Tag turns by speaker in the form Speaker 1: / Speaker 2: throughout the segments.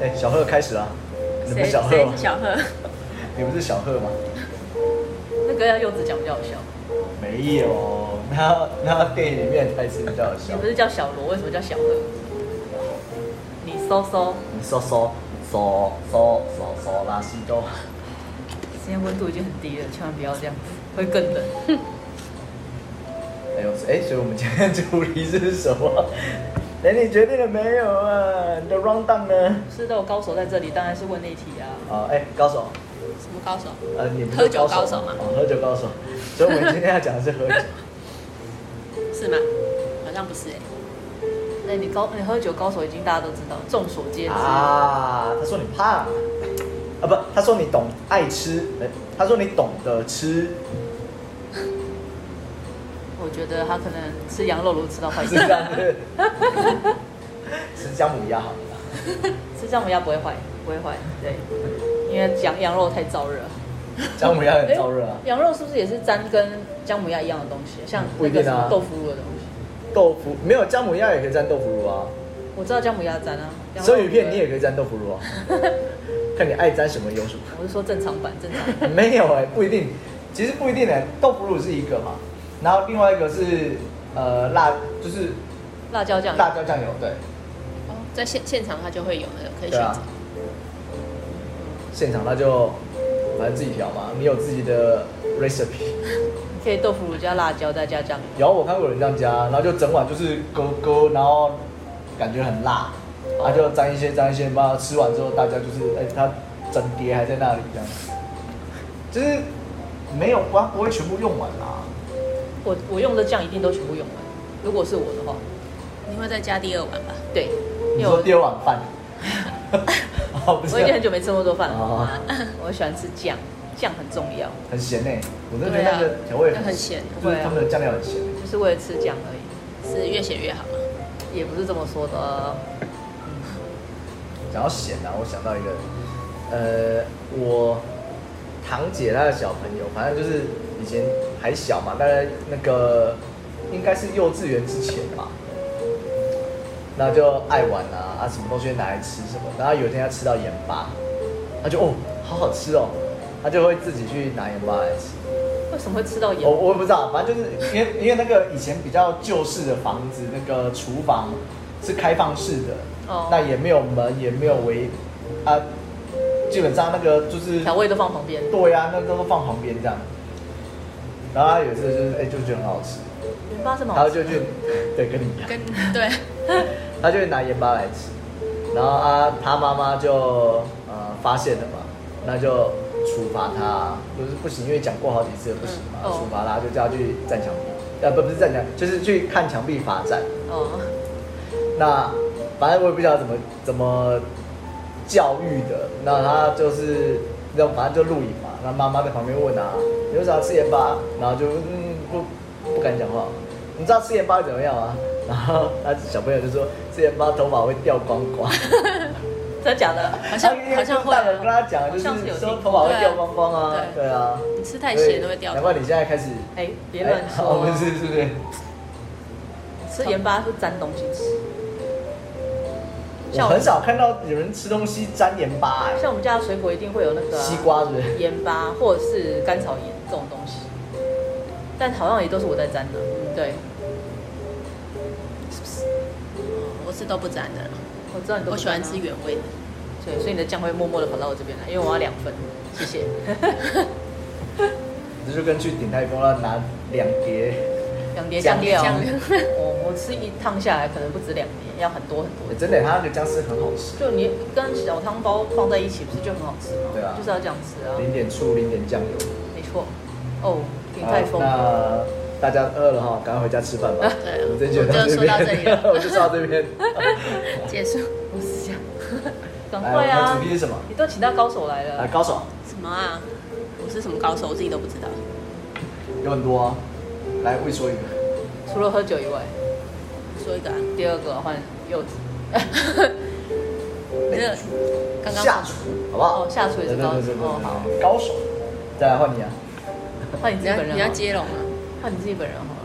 Speaker 1: 哎、小贺开始啊！你不
Speaker 2: 谁
Speaker 1: 是小贺
Speaker 2: 谁
Speaker 1: 吗
Speaker 2: 是？小贺？
Speaker 1: 你不是小贺吗？
Speaker 2: 那个要柚子讲比较好笑。
Speaker 1: 没有，那那电影里面的台词比较好
Speaker 2: 你
Speaker 1: 笑
Speaker 2: 不。是叫小罗，为什么叫小贺？你搜搜，
Speaker 1: 你说说说说说说拉西多，
Speaker 2: 今天温度已经很低了，千万不要这样子，会更冷。
Speaker 1: 哎呦，哎，所以我们今天的主题是什么？哎，你决定了没有啊？你的 round down 呢？
Speaker 2: 是都有高手在这里，当然是问那题啊。
Speaker 1: 啊，哎，高手，
Speaker 2: 什么高手？
Speaker 1: 呃，你不是
Speaker 2: 喝酒高手
Speaker 1: 吗
Speaker 2: 吗？
Speaker 1: 哦，喝酒高手。所以我们今天要讲的是喝 酒。
Speaker 3: 是吗？好像不是哎、欸，
Speaker 2: 那你高你喝酒高手已经大家都知道，众所皆知。
Speaker 1: 啊，他说你胖，啊不，他说你懂爱吃，哎，他说你懂得吃，
Speaker 2: 我觉得他可能吃羊肉炉吃到 坏
Speaker 1: 是
Speaker 2: 死
Speaker 1: 这，样子。吃姜母鸭好了啦，
Speaker 2: 吃姜母鸭不会坏，不会坏。对，因为羊羊肉太燥热。
Speaker 1: 姜母鸭很燥热啊。
Speaker 2: 哎羊肉是不是也是沾跟姜母鸭一样的东西？像
Speaker 1: 不
Speaker 2: 那
Speaker 1: 一定
Speaker 2: 个
Speaker 1: 啊
Speaker 2: 什么豆腐乳的东西。
Speaker 1: 豆腐没有姜母鸭也可以蘸豆腐乳啊，
Speaker 2: 我知道姜母鸭沾啊。羊肉
Speaker 1: 生鱼片
Speaker 2: 不
Speaker 1: 你
Speaker 2: 会
Speaker 1: 也可以蘸豆腐乳啊，看你爱蘸什么有什么。
Speaker 2: 我是说正常版， 正常版。
Speaker 1: 没有哎、不一定，其实不一定哎、豆腐乳是一个嘛，然后另外一个是呃辣，就是
Speaker 2: 辣椒酱。
Speaker 1: 辣椒酱油，对，
Speaker 3: 哦，在现现场它就会有那个可以
Speaker 1: 对
Speaker 3: 选
Speaker 1: 啊
Speaker 3: 择。
Speaker 1: 现场他就反正自己调嘛，你有自己的 recipe。
Speaker 2: 可以豆腐乳加辣椒再加酱油。
Speaker 1: 然后我看过有人这样加，然后就整碗就是勾勾，然后感觉很辣，然后就沾一些沾一些，把它吃完之后大家就是哎，它整碟还在那里这样，就是没有它不会全部用完啦。
Speaker 2: 我我用的酱一定都全部用完，如果是我的话，
Speaker 3: 你会再加第二碗吧？
Speaker 2: 对，
Speaker 1: 你
Speaker 2: 因为
Speaker 1: 说
Speaker 2: 我
Speaker 1: 第二碗饭， 哦不是
Speaker 2: 我已经很久没吃那么多饭了，
Speaker 1: 啊，
Speaker 2: 我喜欢吃酱，酱很重要，
Speaker 1: 很咸呢、我真的觉得那个调味
Speaker 3: 那很咸，
Speaker 1: 就是他们的酱料很咸、
Speaker 2: 就是为了吃酱而已，
Speaker 3: 是越写越好吗？
Speaker 2: 也不是这么说的。啊
Speaker 1: 讲到咸啊，我想到一个，呃，我堂姐她的小朋友，反正就是以前还小嘛，大概那个应该是幼稚园之前吧，那就爱玩啊，啊什么东西拿来吃什么，然后有一天她吃到盐巴，她就哦好好吃哦，她就会自己去拿盐巴来吃。
Speaker 2: 为什么会吃到
Speaker 1: 我
Speaker 2: 盐？
Speaker 1: 我也不知道，反正就是因为因为那个以前比较旧式的房子，那个厨房是开放式的，
Speaker 2: 哦
Speaker 1: 那也没有门，也没有围，啊，基本上那个就是
Speaker 2: 调味都放旁边，
Speaker 1: 对呀、那个都放旁边这样。然后他有一次就是哎、就觉得很好吃，
Speaker 2: 盐巴是
Speaker 1: 然
Speaker 2: 吗？
Speaker 1: 后就去对跟你一样，
Speaker 3: 跟对，
Speaker 1: 他就会拿盐巴来吃，然后啊他妈妈就呃发现了嘛，那就处罚他，啊就是不行，因为讲过好几次了不行嘛，
Speaker 2: 嗯哦
Speaker 1: 处罚他就叫他去站墙壁，呃不不是站墙，就是去看墙壁罚站。
Speaker 2: 哦，
Speaker 1: 那反正我也不晓得怎么怎么教育的，那他就是那反正就录影嘛，那妈妈在旁边问啊，你为啥吃盐巴？然后就嗯不不敢讲话，你知道吃盐巴会怎么样吗？然后他小朋友就说吃盐巴头发会掉光光，
Speaker 2: 真的假的？
Speaker 3: 好像
Speaker 1: 因为
Speaker 3: 好像会
Speaker 1: 大人跟
Speaker 3: 哦。
Speaker 1: 他讲就是
Speaker 2: 好像是有听
Speaker 1: 说
Speaker 2: 过
Speaker 1: 头发会掉光光啊，
Speaker 3: 对
Speaker 1: 对啊，
Speaker 3: 你吃太咸都会掉
Speaker 1: 所以难。怪你现在开始
Speaker 2: 哎，别乱
Speaker 1: 哎哦
Speaker 2: 说
Speaker 1: 不，是是不是？
Speaker 2: 吃盐巴是沾东西吃。
Speaker 1: 我
Speaker 2: 像我
Speaker 1: 很少看到有人吃东西沾盐巴、哎
Speaker 2: 像我们家的水果一定会有那个啊
Speaker 1: 西瓜是不是？
Speaker 2: 盐巴或者是甘草盐这种东西，但好像也都是我在沾的。对，
Speaker 3: 嗯我是都不沾的啦，
Speaker 2: 我知道你都不
Speaker 3: 我喜欢
Speaker 2: 沾啊
Speaker 3: 吃，原味的。
Speaker 2: 对，所以你的酱会默默的跑到我这边来，因为我要两份，谢 谢。
Speaker 1: 这就跟去鼎泰丰那啊拿两碟，
Speaker 2: 两碟酱料，哦
Speaker 3: 两碟酱
Speaker 2: 我我吃一趟下来可能不止两碟，要很多很多。
Speaker 1: 欸真的，他那个姜丝很好吃，
Speaker 2: 就你跟小汤包放在一起，不是就很好吃吗？
Speaker 1: 对啊
Speaker 2: 就是要这样吃啊，
Speaker 1: 淋点醋，淋点酱油。
Speaker 2: 没错。哦，鼎泰丰，
Speaker 1: 好那大家饿了哈，赶快回家吃 饭吧。
Speaker 3: 对
Speaker 1: 我这就到这
Speaker 3: 我就说到这里
Speaker 1: 边，
Speaker 3: 了
Speaker 1: 我就说到这边。
Speaker 3: 结束
Speaker 2: 不是这样， 赶
Speaker 1: 来，
Speaker 2: 快
Speaker 1: 哎我
Speaker 2: 啊
Speaker 1: 们主！题是什么？
Speaker 2: 你都请到高手来
Speaker 1: 来，
Speaker 2: 了，
Speaker 1: 高手
Speaker 3: 什么啊？我是什么高手，我自己都不知道。
Speaker 1: 有很多、哦，来会说一个。
Speaker 2: 除了喝酒以外，
Speaker 3: 说一个啊，
Speaker 2: 第二个换柚子。
Speaker 3: 那个刚刚
Speaker 1: 下厨好不好？
Speaker 2: 哦下厨也是高哦
Speaker 1: 对
Speaker 2: 手
Speaker 1: 对对对对
Speaker 2: 哦好
Speaker 1: 高手。再来换你啊！
Speaker 2: 换你自己
Speaker 3: 你要
Speaker 2: 本人好了，
Speaker 3: 你要接龙啊？
Speaker 2: 换你自己本人好了。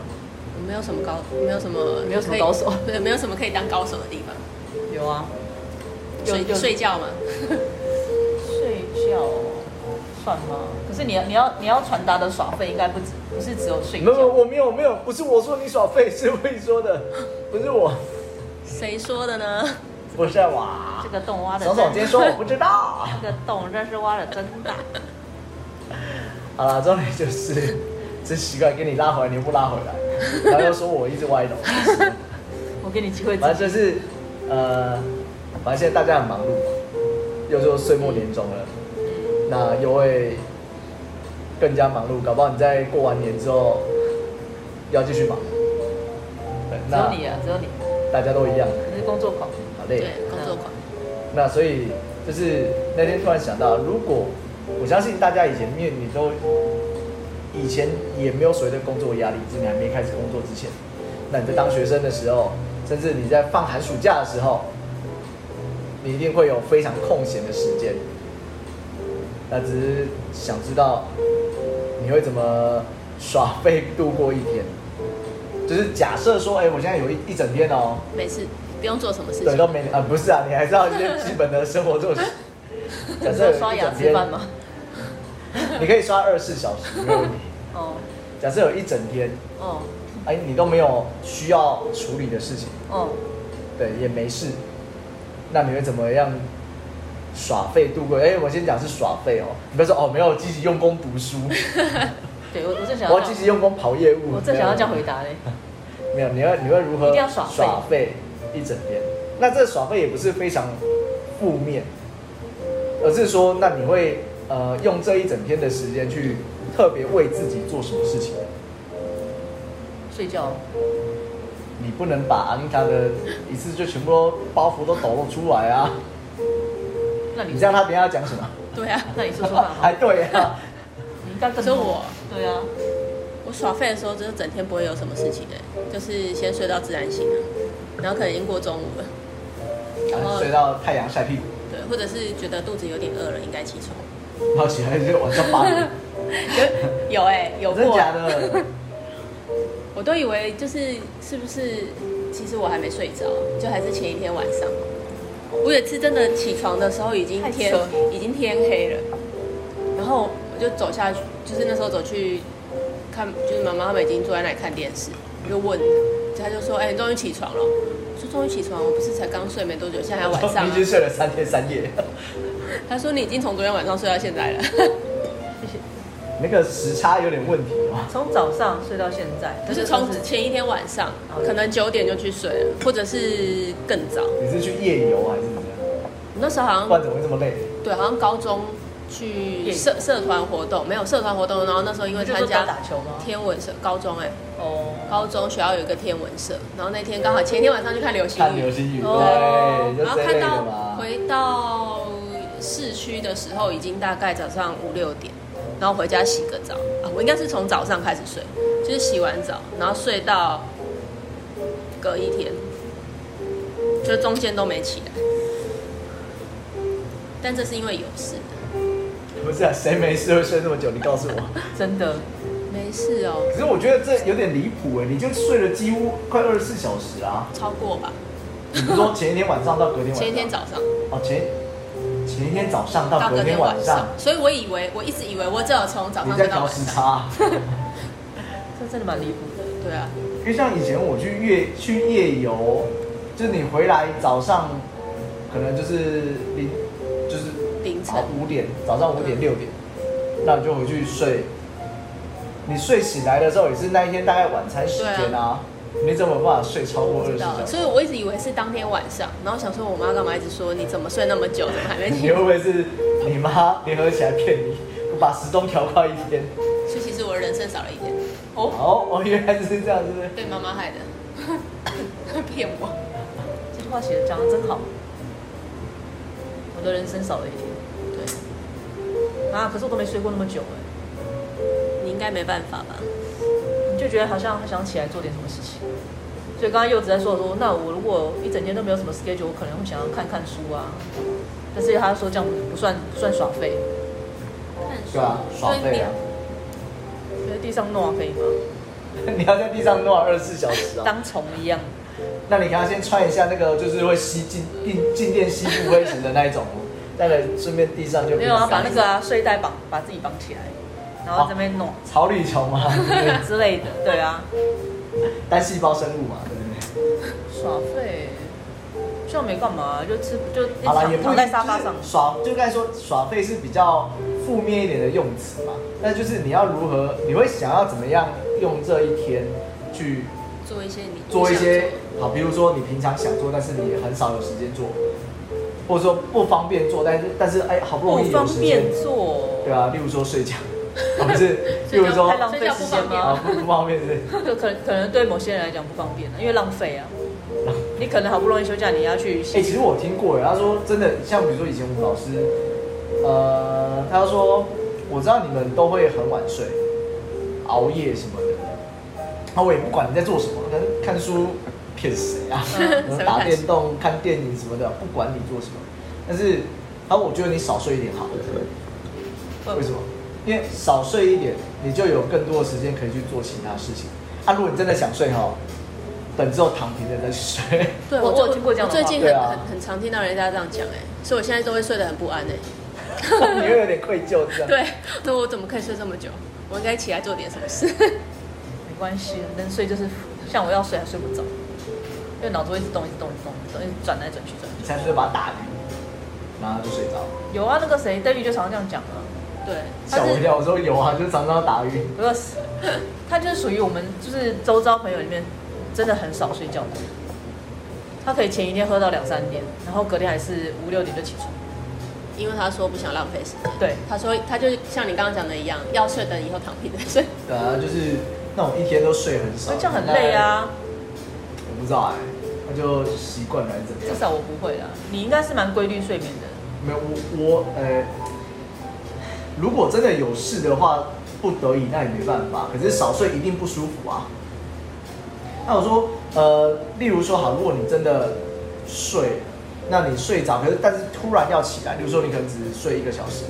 Speaker 3: 我没有什么 高，没有什么，
Speaker 2: 没有什么
Speaker 3: 可以
Speaker 2: 高手
Speaker 3: 对，没有什么可以当高手的地方。
Speaker 2: 有啊，有
Speaker 3: 睡
Speaker 2: 有
Speaker 3: 睡觉嘛，
Speaker 2: 睡觉哦算吗？可是你要你要你要传达的耍废应该不止不是只有睡
Speaker 1: 没有，
Speaker 2: 觉，
Speaker 1: 我没有，没有，不是我说你耍废，是会说的，不是我，
Speaker 3: 谁说的呢？
Speaker 1: 不是我
Speaker 2: 这。个洞挖的
Speaker 1: 总总监说我不知道。
Speaker 2: 这个洞真是挖的真大。
Speaker 1: 好了，重点就是 这习惯给你拉回来，你又不拉回 来，然后又说我一直歪楼。
Speaker 2: 我给你机会自
Speaker 1: 反
Speaker 2: 己，
Speaker 1: 正就是呃，反正现在大家很忙碌嘛，又说岁末年终了，那又会更加忙碌，搞不好你在过完年之后要继续忙。对
Speaker 2: 只有
Speaker 1: 那
Speaker 2: 你啊，只有你，
Speaker 1: 大家都一样，
Speaker 2: 你是工作狂。
Speaker 1: 好
Speaker 3: 对
Speaker 1: 累。，啊
Speaker 3: 工作狂，
Speaker 1: 那所以就是那天突然想到，如果我相信大家以前面你都以前也没有所谓的工作压力，就是你还没开始工作之前，那你在当学生的时候，甚至你在放寒暑假的时候，你一定会有非常空闲的时间。那只是想知道你会怎么耍废度过一天，就是假设说，哎、我现在有一一整天哦，
Speaker 3: 没事，不用做什么事
Speaker 1: 对，
Speaker 3: 情。
Speaker 1: 都没啊，不是啊，你还是要一些基本的生活作 息。假
Speaker 2: 你
Speaker 1: 设
Speaker 2: 说
Speaker 1: 有一
Speaker 2: 刷牙
Speaker 1: 整
Speaker 2: 吃
Speaker 1: 天
Speaker 2: 饭吗？？
Speaker 1: 你可以刷二十四小时没有 问题。
Speaker 2: 哦
Speaker 1: 假设有一整天，
Speaker 2: 哦
Speaker 1: 哎，你都没有需要处理的事情，
Speaker 2: 哦，
Speaker 1: 对，也没事，那你会怎么样耍废度过？哎，我先讲是耍废哦，你不要说哦，没有积极用功读 书，
Speaker 2: 对我我正想
Speaker 1: 我
Speaker 2: 要哦
Speaker 1: 要
Speaker 2: 这
Speaker 1: 积极
Speaker 2: 样，
Speaker 1: 用功跑业务。
Speaker 2: 我正想要这样
Speaker 1: 没有
Speaker 2: 回答嘞。
Speaker 1: 没有，你要你会如何
Speaker 2: 一定要耍废
Speaker 1: 耍废一整天？那这耍废也不是非常负面，而是说，那你会呃用这一整天的时间去特别为自己做什么事情？
Speaker 2: 睡觉，
Speaker 1: 你不能把安妮塔的一次就全部都包袱都抖露出来 啊！
Speaker 2: 那你
Speaker 1: 你这样，他等一下要讲什么？
Speaker 3: 对啊，
Speaker 2: 那你说说看 好
Speaker 1: 哎，，对啊，
Speaker 2: 你应该更
Speaker 3: 你说
Speaker 2: 多
Speaker 3: 我，
Speaker 2: 对啊，
Speaker 3: 我耍废的时候，就是整天不会有什么事情的，就是先睡到自然醒啊，然后可能已经过中午了，然后
Speaker 1: 睡到太阳晒屁股，
Speaker 3: 对，或者是觉得肚子有点饿了，应该起床。
Speaker 1: 然后起来就晚上 八点，
Speaker 3: 有哎、有
Speaker 1: 真的
Speaker 3: 过，
Speaker 1: 假的？
Speaker 3: 我都以为就是是不是，其实我还没睡着，就还是前一天晚上。我有一次真的起床的时候已经
Speaker 2: 太
Speaker 3: 天
Speaker 2: 扯
Speaker 3: 已经天黑了，然后我就走下去，就是那时候走去看，就是妈妈他们已经坐在那里看电视，我就问，他就说：“哎、你终于起床了。”我说：“终于起床，我不是才刚睡没多久，现在 还晚上、
Speaker 1: 你
Speaker 3: 啊
Speaker 1: 已。经睡了三天三夜，”
Speaker 3: 他说：“你已经从昨天晚上睡到现在了。
Speaker 2: 谢谢。
Speaker 1: 那个时差有点问题哦。
Speaker 2: 从早上睡到现在”，但
Speaker 3: 就是从前一天晚上，可能九点就去睡了，或者是更早。
Speaker 1: 你是去夜游还是怎么样？
Speaker 3: 我那时候好像
Speaker 1: 不然怎么会这么累？
Speaker 3: 对，好像高中去
Speaker 2: 夜
Speaker 3: 社社团活动，没有社团活动，然后那时候因为
Speaker 2: 你就
Speaker 3: 参
Speaker 2: 说刚
Speaker 3: 加
Speaker 2: 打球吗？
Speaker 3: 天文社，高中哎、
Speaker 2: 哦，
Speaker 3: 高中学校有一个天文社，然后那天刚好前一天晚上去看流星
Speaker 1: 看
Speaker 3: 雨，
Speaker 1: 流星雨，
Speaker 2: 哦
Speaker 1: 对，就
Speaker 3: 然后
Speaker 1: 这类
Speaker 3: 看
Speaker 1: 的
Speaker 3: 到
Speaker 1: 嘛。
Speaker 3: 回到市区的时候已经大概早上五六点，然后回家洗个澡啊，我应该是从早上开始睡，就是洗完澡然后睡到隔一天，就中间都没起来，但这是因为有事。
Speaker 1: 不是啊，谁没事会睡那么久？你告诉我。
Speaker 2: 真的，
Speaker 3: 没事哦，
Speaker 1: 可是我觉得这有点离谱哎，你就睡了几乎快二十四小时啊！
Speaker 3: 超过吧。
Speaker 1: 你不是说前一天晚上到隔天晚上？
Speaker 3: 前一天早上
Speaker 1: 哦，前前一天早上到隔天晚上，
Speaker 3: 所以我以为我一直以为我只有从早
Speaker 1: 你
Speaker 3: 上
Speaker 1: 在
Speaker 3: 睡到
Speaker 1: 调
Speaker 3: 晚
Speaker 1: 时
Speaker 3: 上。
Speaker 1: 差。啊
Speaker 2: 这真的蛮离谱的。
Speaker 3: 对啊，
Speaker 1: 因为像以前我去夜去夜游，就是你回来早上可能就是零就是
Speaker 3: 凌晨
Speaker 1: 好五点，早上五点六点，那你就回去睡。你睡醒来的时候也是那一天大概晚餐时间啊，你怎么有办法睡超过二十
Speaker 3: 知道了。
Speaker 1: 小时
Speaker 3: 所？以我一直以为是当天晚上，然后想说我妈干嘛一直说你怎么睡那么久，怎么还 没
Speaker 1: 你
Speaker 3: 起
Speaker 1: 会？不会是你妈联合起来骗你，把时钟调快一天？
Speaker 3: 所以其实我的人生少了一天，
Speaker 1: 哦，哦，原来是这样，是不是？
Speaker 3: 被妈妈害的， 骗我。
Speaker 2: 这句话写的讲的真好，我的人生少了一天
Speaker 3: 对，
Speaker 2: 啊！可是我都没睡过那么久哎，
Speaker 3: 你应该没办法吧？
Speaker 2: 你就觉得好像很想起来做点什么事情。所以刚刚柚子在说说，那我如果一整天都没有什么 schedule，我可能会想要看看书啊。但是他说这样不算不算耍废，
Speaker 1: 对啊，耍废啊！
Speaker 2: 在地上弄啊可以吗？
Speaker 1: 你要在地上弄二十四小时啊！
Speaker 2: 当虫一样，
Speaker 1: 那你给他先穿一下那个就是会吸进进进电吸附灰尘的那一种哦，那个顺便地上就
Speaker 2: 没有啊，
Speaker 1: 变
Speaker 2: 把
Speaker 1: 干
Speaker 2: 那个啊睡袋绑，把自己绑起来，然后这边弄
Speaker 1: 草履虫嘛，对
Speaker 2: 之类的，对啊，
Speaker 1: 单细胞生物嘛，对不对？
Speaker 2: 耍废，就没干嘛，就吃就一直
Speaker 1: 好了，也
Speaker 2: 躺
Speaker 1: 不
Speaker 2: 躺在沙发上
Speaker 1: 就。是耍，就刚才说耍废是比较负面一点的用词嘛。那就是你要如何，你会想要怎么样用这一天去
Speaker 3: 做一些你不
Speaker 1: 做一些
Speaker 3: 想
Speaker 1: 好，
Speaker 3: 做
Speaker 1: 比如说你平常想做，但是你很少有时间做，或者说不方便做，但是但是哎，好不容
Speaker 2: 不
Speaker 1: 易有
Speaker 2: 方
Speaker 1: 时间
Speaker 2: 便，做，
Speaker 1: 对啊，例如说睡觉， 啊不是，例
Speaker 2: 睡
Speaker 1: 如
Speaker 2: 觉
Speaker 1: 说
Speaker 2: 太浪费时间
Speaker 3: 睡觉
Speaker 1: 啊
Speaker 2: 吗？
Speaker 1: 不不方便是
Speaker 2: 就可可能对某些人来讲不方便啊，因为浪费啊。你可能好不容易休假，你要去
Speaker 1: 哎、其实我听过，他说真的，像比如说以前我们老师，呃，他说我知道你们都会很晚睡，熬夜什么的，那我也不管你在做什么，可能看书骗谁啊，可能打电动、看电影什么的，不管你做什么，但是他说我觉得你少睡一点好了，为什么？因为少睡一点，你就有更多的时间可以去做其他事情。啊，如果你真的想睡哈，等之后躺平了再去睡。
Speaker 2: 对我我有听过这样
Speaker 3: 我
Speaker 2: 的话
Speaker 3: 最近
Speaker 1: 对
Speaker 3: 很、
Speaker 1: 啊
Speaker 3: 很很常听到人家这样讲哎、所以我现在都会睡得很不安哎、
Speaker 1: 你会有点愧疚这样。
Speaker 3: 对， 那我怎么可以睡这么久？我应该起来做点什么事。
Speaker 2: 没关系，能睡就是福像我要睡还睡不着，因为脑子会一直动，一直动，一直动，一直动，一直转来转去转来转
Speaker 1: 你才是把它打晕，然后就睡着。
Speaker 2: 去。有啊，那个谁，David 就常常这样讲啊，
Speaker 3: 对，
Speaker 1: 吓我一跳，我说有啊，就常常打晕。
Speaker 2: 不要死。他就是属于我们就是周遭朋友里面真的很少睡觉的人，他可以前一天喝到两三点，然后隔天还是五六点就起床。
Speaker 3: 因为他说不想浪费时间，
Speaker 2: 对，
Speaker 3: 他说他就像你刚刚讲的一样，要睡等以后躺平再睡。
Speaker 1: 对啊，就是那种一天都睡很少
Speaker 2: 所以，这样很累啊。
Speaker 1: 那。我不知道哎、那就习惯了还是怎么
Speaker 2: 至
Speaker 1: 样？
Speaker 2: 少我不会啦，你应该是蛮规律睡眠的。
Speaker 1: 没有我我呃，如果真的有事的话，不得已那也没办法。可是少睡一定不舒服啊。那我说呃，例如说好，如果你真的睡，那你睡着，可是但是突然要起来，例如说你可能只睡一个小时，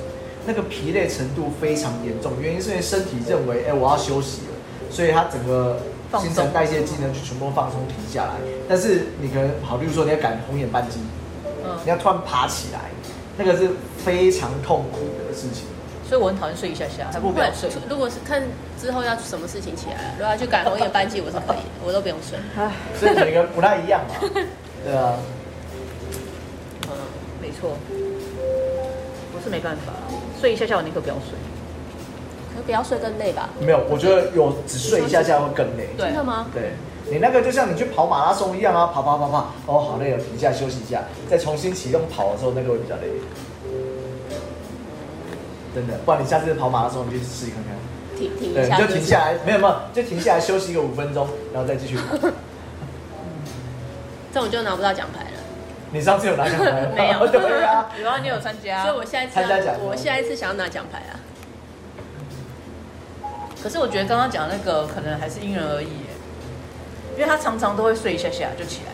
Speaker 1: 那个疲累程度非常严重，原因是因为身体认为哎、我要休息了，所以它整个
Speaker 2: 放松
Speaker 1: 新陈代谢机能就全部放松停下来。但是你可能好，例如说你要赶红眼班机，
Speaker 2: 嗯
Speaker 1: 你，要突然爬起来，那个是非常痛苦的事情。
Speaker 2: 所以我很讨厌睡一下下，还不如不要睡。
Speaker 3: 如果是看之后要什么事情起来了，如果要去赶红眼班机，我是可以的，我都不用睡。
Speaker 2: 唉，
Speaker 1: 所以每个人不太一 样嘛，对啊，
Speaker 3: 嗯，
Speaker 2: 没错，我是没办法啦，睡一下下我宁可不要睡。
Speaker 3: 可不要睡更累吧？
Speaker 1: 没有，我觉得有只睡一下下会更累。
Speaker 2: 对
Speaker 3: 真的吗？
Speaker 1: 对，你那个就像你去跑马拉松一样啊，跑跑跑跑，哦，好累了，停下休息一下，再重新启动跑的时候，那个会比较累。真的，不然你下次跑马拉松，你去试看看。
Speaker 3: 停停
Speaker 1: 对，
Speaker 3: 一
Speaker 1: 你
Speaker 3: 下，
Speaker 1: 就停下，来，没有没有，就停下来休息个五分钟，然后再继续跑。
Speaker 3: 这种就拿不到奖牌了。
Speaker 1: 你上次有拿奖牌吗？
Speaker 3: 没有
Speaker 1: 对啊，
Speaker 2: 有啊，你有参加
Speaker 3: 所以我下一次
Speaker 1: 参加奖
Speaker 3: 要，我下一次想要拿奖牌啊。
Speaker 2: 可是我觉得刚刚讲那个可能还是因人而异耶，因为他常常都会睡一下下就起来，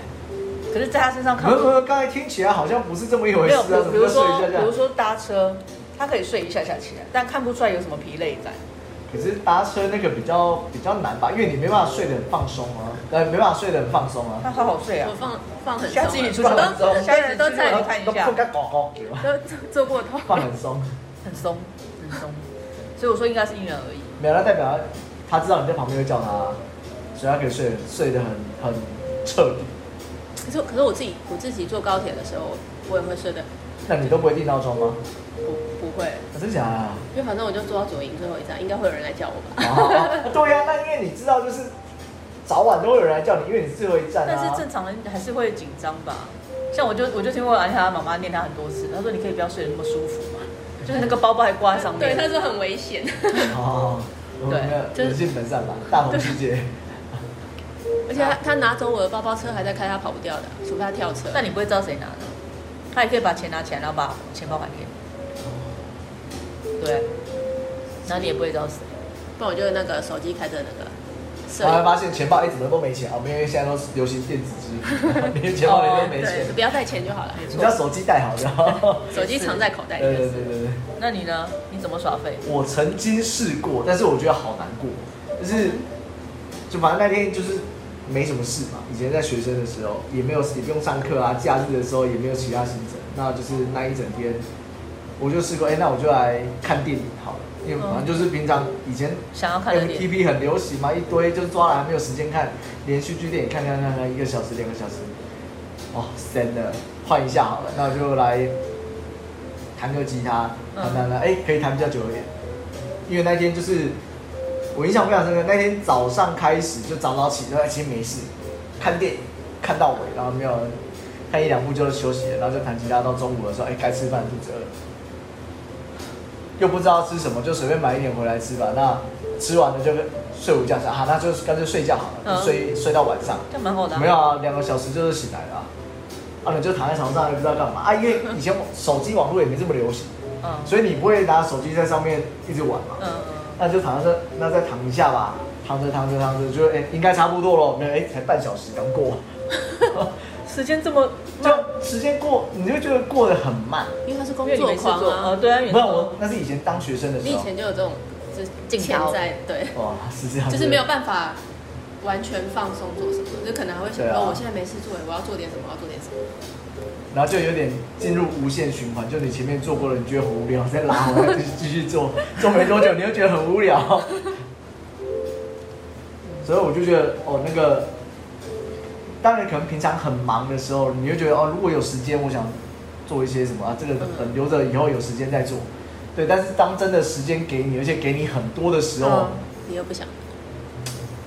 Speaker 2: 可是在他身上看
Speaker 1: 没有没
Speaker 2: 不
Speaker 1: 有，刚才听起来好像不是这么一回
Speaker 2: 没
Speaker 1: 事
Speaker 2: 有，
Speaker 1: 啊，
Speaker 2: 比
Speaker 1: 怎
Speaker 2: 如比
Speaker 1: 么
Speaker 2: 如
Speaker 1: 叫睡一
Speaker 2: 说
Speaker 1: 下
Speaker 2: 比如
Speaker 1: 下？
Speaker 2: 说搭车，他可以睡一下下起来，但看不出来有什么疲累在。
Speaker 1: 可是搭车那个比较比较难吧，因为你没办法睡得很放松啊，呃，没办法睡得很放松啊。
Speaker 2: 他好好睡啊
Speaker 3: 我，放放很
Speaker 2: 下次你出去
Speaker 3: 我
Speaker 2: 玩之后，
Speaker 3: 都
Speaker 2: 下次你
Speaker 3: 都
Speaker 2: 出去
Speaker 3: 在
Speaker 2: 玩看一
Speaker 1: 都
Speaker 2: 下
Speaker 1: 不。该搞搞，对吧
Speaker 3: 都做过头。
Speaker 1: 放很松，
Speaker 2: 很松，很松。所以我说应该是因人而异。
Speaker 1: 没有，那代表他知道你在旁边会叫他啊，所以他可以睡得睡得很很彻底。
Speaker 3: 可是可是我自己我自己坐高铁的时候，我也会睡的，
Speaker 1: 那你都不会定闹钟吗？
Speaker 3: 不不会，
Speaker 1: 啊真假的啊？
Speaker 3: 因为反正我就坐到左营最后一站，应该会有人来叫我吧。
Speaker 1: 哦对呀、那因为你知道就是早晚都会有人来叫你，因为你是最后一站
Speaker 2: 但是
Speaker 1: 啊。
Speaker 2: 正常人还是会紧张吧。像我就我就听过安他妈妈念他很多次，她说你可以不要睡得那么舒服嘛，就是那个包包还挂在上面。
Speaker 3: 对，他说很危险。
Speaker 1: 哦，我们
Speaker 2: 对
Speaker 1: 的人性本善吧，大同世界。
Speaker 3: 而且他他拿走我的包包车，还在开，他跑不掉的，除非他跳车。
Speaker 2: 那你不会知道谁拿的，他也可以把钱拿起来，然后把钱包还给你。对，然后你也不会知道谁。
Speaker 3: 不然我就那个手机开着那个摄
Speaker 1: 然后还
Speaker 3: 影，
Speaker 1: 发现钱包哎、怎么都没钱啊？没有，因为现在都流行电子 支付，连钱包里都没钱
Speaker 3: 哦对，，不要带钱就好
Speaker 2: 嗯
Speaker 3: 了。
Speaker 1: 你只要手机带好就好。
Speaker 3: 手机藏在口袋
Speaker 1: 对
Speaker 3: 里就
Speaker 1: 对
Speaker 3: 是。
Speaker 1: 对对对，
Speaker 2: 那你呢？你怎么耍废？
Speaker 1: 我曾经试过，但是我觉得好难过，就是就反正那天就是没什么事嘛。以前在学生的时候也没有也不用上课啊，假日的时候也没有其他行程，那就是那一整天，我就试过，哎、那我就来看电影好了，因为反正就是平常以前
Speaker 2: 想要看的点，
Speaker 1: FTP 哎很流行嘛，一堆就抓来没有时间看，连续剧电影看看看看一个小时两个小时，哦，真的换一下好了，那我就来弹个吉他，
Speaker 2: 嗯
Speaker 1: 弹弹弹，哎、可以弹比较久一点，因为那天就是我印象非常深刻，那天早上开始就早早起，哎，其实没事，看电影看到尾，然后没有看一两部就休息了，然后就弹吉他到中午的时候，哎、该吃饭肚子饿了。又不知道吃什么，就随便买一点回来吃吧。那吃完了就睡午觉，想啊，那就干脆睡觉好了，
Speaker 2: 嗯
Speaker 1: 就睡睡到晚上。
Speaker 2: 这样蛮好的、啊。
Speaker 1: 没有啊，两个小时就是醒来了啊。啊，你就躺在床上也不知道干嘛啊，因为以前我手机网络也没这么流行，
Speaker 2: 嗯，
Speaker 1: 所以你不会拿手机在上面一直玩嘛。
Speaker 2: 嗯
Speaker 1: 那就躺着，那再躺一下吧，躺着躺着躺着就哎、应该差不多了，没有哎、才半小时刚过，
Speaker 2: 嗯，时间这么慢，
Speaker 1: 就时间过，你就觉得过得很慢。
Speaker 3: 因为他是
Speaker 2: 因
Speaker 3: 工
Speaker 2: 为你
Speaker 3: 作
Speaker 2: 没事
Speaker 3: 狂
Speaker 2: 做，
Speaker 3: 啊
Speaker 2: 呃，，对啊，因为
Speaker 1: 没有我，那是以前当学生的
Speaker 3: 你
Speaker 1: 时
Speaker 3: 以
Speaker 1: 候，
Speaker 3: 前就有这种就是
Speaker 2: 劲爆
Speaker 3: 潜在对，
Speaker 1: 哇，是这样，
Speaker 3: 就是没有办法完全放松做什么，就可能还会想
Speaker 1: 对啊
Speaker 3: 哦，我现在没事做，我要做点什么，我要做点什么。
Speaker 1: 然后就有点进入无限循环，就你前面做过了，你觉得很无聊，再拉回来继续继续做，做没多久你又觉得很无聊，所以我就觉得哦，那个当然可能平常很忙的时候，你会觉得哦，如果有时间，我想做一些什么啊，这个等留着以后有时间再做，对。但是当真的时间给你，而且给你很多的时候，
Speaker 3: 嗯，你又不想，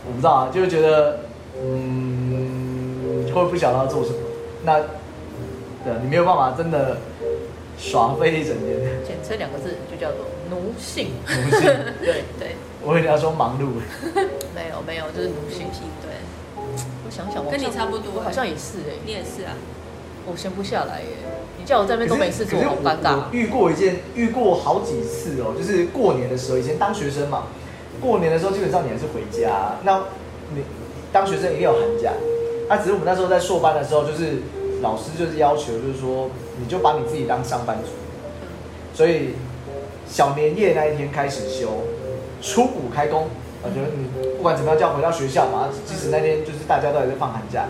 Speaker 1: 我不知道啊，就觉得嗯，会不晓得要做什么。那对啊你没有办法真的耍废一整天，
Speaker 2: 简称两个字就叫做奴性。
Speaker 1: 不是？
Speaker 2: 对，
Speaker 3: 对，
Speaker 1: 我跟人家说忙碌，
Speaker 2: 没有没有，就是奴性
Speaker 3: 平。平对，
Speaker 2: 我想想，我
Speaker 3: 跟
Speaker 2: 好像
Speaker 3: 你差不多
Speaker 2: 我好像也是哎、
Speaker 3: 你也是啊，
Speaker 2: 我闲不下来耶。你叫我在那边都没事做，
Speaker 1: 可是
Speaker 2: 好尴尬
Speaker 1: 我我。遇过一件，遇过好几次哦，就是过年的时候，以前当学生嘛，过年的时候基本上你还是回家，那你当学生一定有寒假，那、只是我们那时候在硕班的时候，就是老师就是要求，就是说你就把你自己当上班族，所以小年夜那一天开始休，初五开工。我觉得你不管怎么样，就要回到学校嘛。即使那天就是大家都还在放寒假，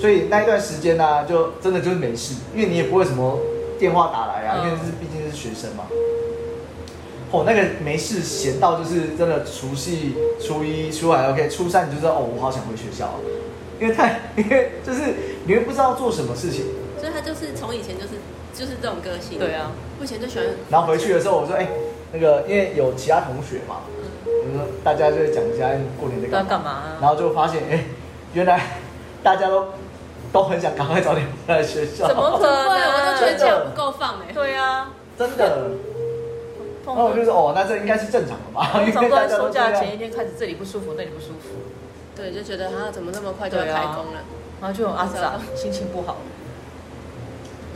Speaker 1: 所以那一段时间呢、就真的就是没事，因为你也不会什么电话打来啊，
Speaker 2: 嗯
Speaker 1: 因为是毕竟是学生嘛。哦，那个没事闲到就是真的，除夕、初一、初二还 OK，初三你就知道哦，我好想回学校、啊，因为太 因为就是你会不知道做什么事情，
Speaker 3: 所以他就是从以前就是就是这种个性。
Speaker 2: 对，啊，
Speaker 3: 我以前就喜欢，
Speaker 1: 然后回去的时候我说哎、那个因为有其他同学嘛，
Speaker 3: 嗯，
Speaker 1: 我说大家就会讲一下哎过年在干
Speaker 2: 要
Speaker 1: 嘛。
Speaker 2: 干嘛、啊？
Speaker 1: 然后就发现，哎、原来大家都都很想赶快早点回来学校，
Speaker 2: 怎么可
Speaker 3: 对，我
Speaker 2: 能？
Speaker 3: 就觉得假不够放哎，
Speaker 2: 对啊，
Speaker 1: 真的？然
Speaker 2: 通
Speaker 1: 后我就
Speaker 2: 常
Speaker 1: 说，哦，那这应该是正常的吧？ 因
Speaker 2: 通常
Speaker 1: 为大
Speaker 2: 都在
Speaker 1: 家
Speaker 2: 收
Speaker 1: 都这
Speaker 2: 假
Speaker 1: 样。
Speaker 2: 前一天开始，这里不舒服，那里不舒服，
Speaker 3: 对，就觉得他怎么那么快就要
Speaker 2: 对啊
Speaker 3: 开工了？
Speaker 2: 然后就有阿杂，心情不好，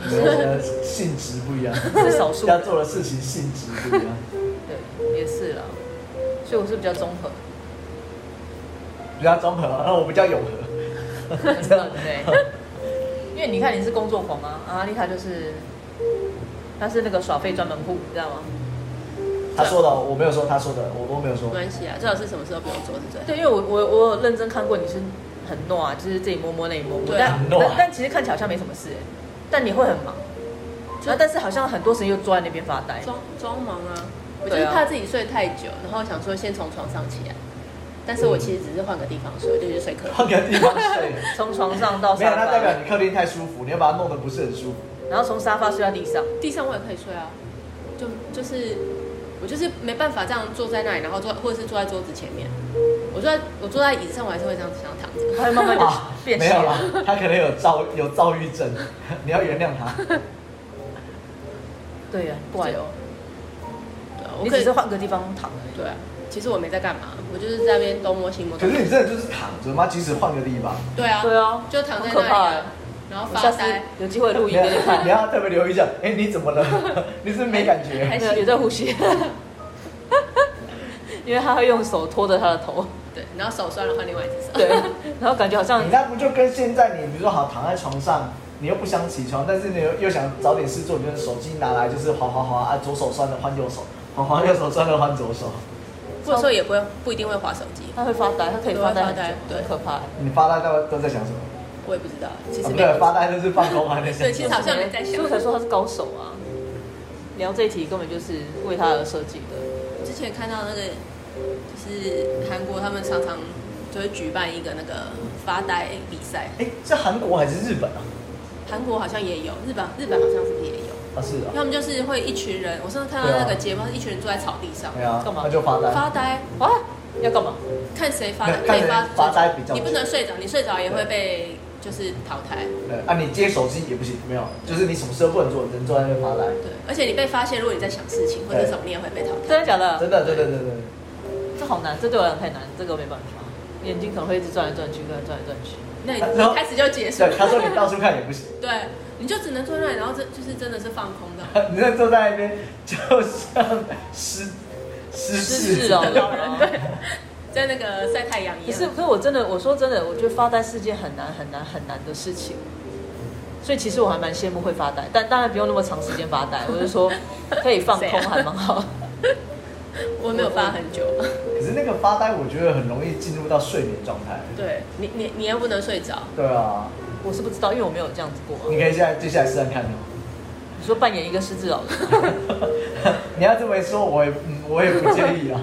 Speaker 1: 呃性质不一样，
Speaker 2: 是少 数
Speaker 1: 要做的事情性质不一样。
Speaker 2: 对，也是啦。所以我是比较综合，
Speaker 1: 比较综合，然后我比较永和，
Speaker 2: 真的 对。因为你看你是工作狂啊，阿丽塔就是，她是那个耍废专门户，你知道吗？
Speaker 1: 他说的我没有说，他说的我都没有说
Speaker 3: 没。关系啊，最好是什么时候不用做是最好。
Speaker 2: 对，因为我我我有认真看过你是很糯啊，就是这里摸摸那里摸摸，
Speaker 3: 对
Speaker 2: 但
Speaker 1: 很糯啊
Speaker 2: 但但其实看起来好像没什么事欸，但你会很忙，然后但是好像很多时间又坐在那边发呆，
Speaker 3: 装装忙啊，我就
Speaker 2: 对啊
Speaker 3: 是怕自己睡太久，然后想说先从床上起来，但是我其实只是换个地方睡，就是睡客
Speaker 1: 换
Speaker 3: 厅。
Speaker 1: 个地方睡，
Speaker 2: 从床上到
Speaker 1: 没有，
Speaker 2: 沙
Speaker 1: 那代表
Speaker 2: 发，
Speaker 1: 你客厅太舒服，你要把它弄得不是很舒服。
Speaker 2: 然后从沙发睡到地上，
Speaker 3: 地上我也可以睡啊，就就是我就是没办法这样坐在那里，然后坐或者是坐在桌子前面，我坐在我坐在椅子上，我还是会这样想躺着。
Speaker 2: 它会慢慢就
Speaker 1: 啊，
Speaker 2: 变
Speaker 1: 没有
Speaker 2: 小
Speaker 1: 啦。，他可能有躁有躁郁症，你要原谅他。
Speaker 2: 对呀，不然有，
Speaker 3: 对啊，我
Speaker 2: 你
Speaker 3: 可
Speaker 2: 只
Speaker 3: 以
Speaker 2: 是换个地方躺而已。
Speaker 3: 对啊，其实我没在干嘛，我就是在那边东摸西摸。
Speaker 1: 可是你真的就是躺着吗？即使换个地方，
Speaker 3: 对啊，
Speaker 2: 对啊，
Speaker 3: 就躺在
Speaker 2: 很
Speaker 3: 那
Speaker 2: 可
Speaker 3: 里
Speaker 2: 怕
Speaker 3: 啊、
Speaker 2: 欸
Speaker 3: 然后
Speaker 2: 我
Speaker 3: 发
Speaker 2: 下次
Speaker 3: 呆。
Speaker 2: 有机会录
Speaker 1: 你
Speaker 2: 影给你
Speaker 1: 要你
Speaker 2: 看，
Speaker 1: 要特别留意一下，哎、你怎么了？ 你是不是没感觉？
Speaker 3: 还
Speaker 2: 没有有在呼吸，因为他会用手托着他的头，
Speaker 3: 对，然后手酸了换另外一只手。
Speaker 2: 对，然后感觉好像
Speaker 1: 你那不就跟现在你，比如说好躺在床上，你又不想起床，但是你又又想找点事做，你就是手机拿来就是滑滑滑啊，左手酸了换右手，滑滑右手酸了换左手，
Speaker 3: 或者说也不会不一定会划手机，
Speaker 2: 他会发呆，他可以发呆很久，
Speaker 3: 对
Speaker 2: 很可怕。
Speaker 1: 你发呆都都在想什么？
Speaker 3: 我也不知道，其
Speaker 1: 啊
Speaker 3: 实
Speaker 1: 不
Speaker 3: 没有
Speaker 1: 对，发呆就是放空啊，在想
Speaker 3: 对，。其实好像没在想
Speaker 2: 所以。哎我才说他是高手啊。聊这一题根本就是为他而设计的，
Speaker 3: 之前看到那个，就是韩国他们常常就会举办一个那个发呆比赛，
Speaker 1: 哎，是韩国还是日本啊？
Speaker 3: 韩国好像也有，日本日本好像是不是也有？
Speaker 1: 啊是啊，
Speaker 3: 要么就是会一群人，我上次看到
Speaker 1: 对啊
Speaker 3: 那个节目，一群人坐在草地上
Speaker 1: 对啊，
Speaker 2: 干嘛
Speaker 1: 那就发呆。
Speaker 3: 发呆，
Speaker 2: 啊，要干嘛？
Speaker 3: 看谁发呆，
Speaker 1: 对
Speaker 3: 可以
Speaker 1: 看
Speaker 3: 发
Speaker 1: 谁发呆比较
Speaker 3: 你不能睡着，你睡着也会被就是淘汰。
Speaker 1: 对啊，你接手机也不行，没有，就是你什么事都不能做，你只能坐在那边发呆。
Speaker 3: 对，而且你被发现，如果你在想事情
Speaker 1: 哎
Speaker 3: 或者什么，你也会被淘汰。
Speaker 2: 真的假的？
Speaker 1: 真的，对对对对，
Speaker 2: 这好难，这对我来讲太难，这个没办法，眼睛可能会一直转来转去，转来转来转去。
Speaker 3: 那你
Speaker 1: 然后
Speaker 3: 一开始就结束，
Speaker 1: 对，他说你到处看也不行，
Speaker 3: 对，你就只能坐在那里，然后这就是真的是放空的。
Speaker 1: 你那坐在那边就像失失
Speaker 2: 失
Speaker 1: 智
Speaker 2: 智哦
Speaker 3: 老人对，在那个晒太阳一
Speaker 2: 可是，
Speaker 3: 样。
Speaker 2: 可是我真的，我说真的，我觉得发呆是件很难很难很难的事情。所以其实我还蛮羡慕会发呆，但当然不用那么长时间发 呆。我就说可以放空，
Speaker 3: 谁啊
Speaker 2: 还蛮好。
Speaker 3: 我没有发很久。
Speaker 1: 可是那个发呆，我觉得很容易进入到睡眠状态。
Speaker 3: 对你，你你又不能睡着，
Speaker 1: 对啊，
Speaker 2: 我是不知道，因为我没有这样子过啊。
Speaker 1: 你可以现在接下来试试看哦。
Speaker 2: 你说扮演一个失智老人，
Speaker 1: 你要这么一说，我也、嗯、我也不介意啊。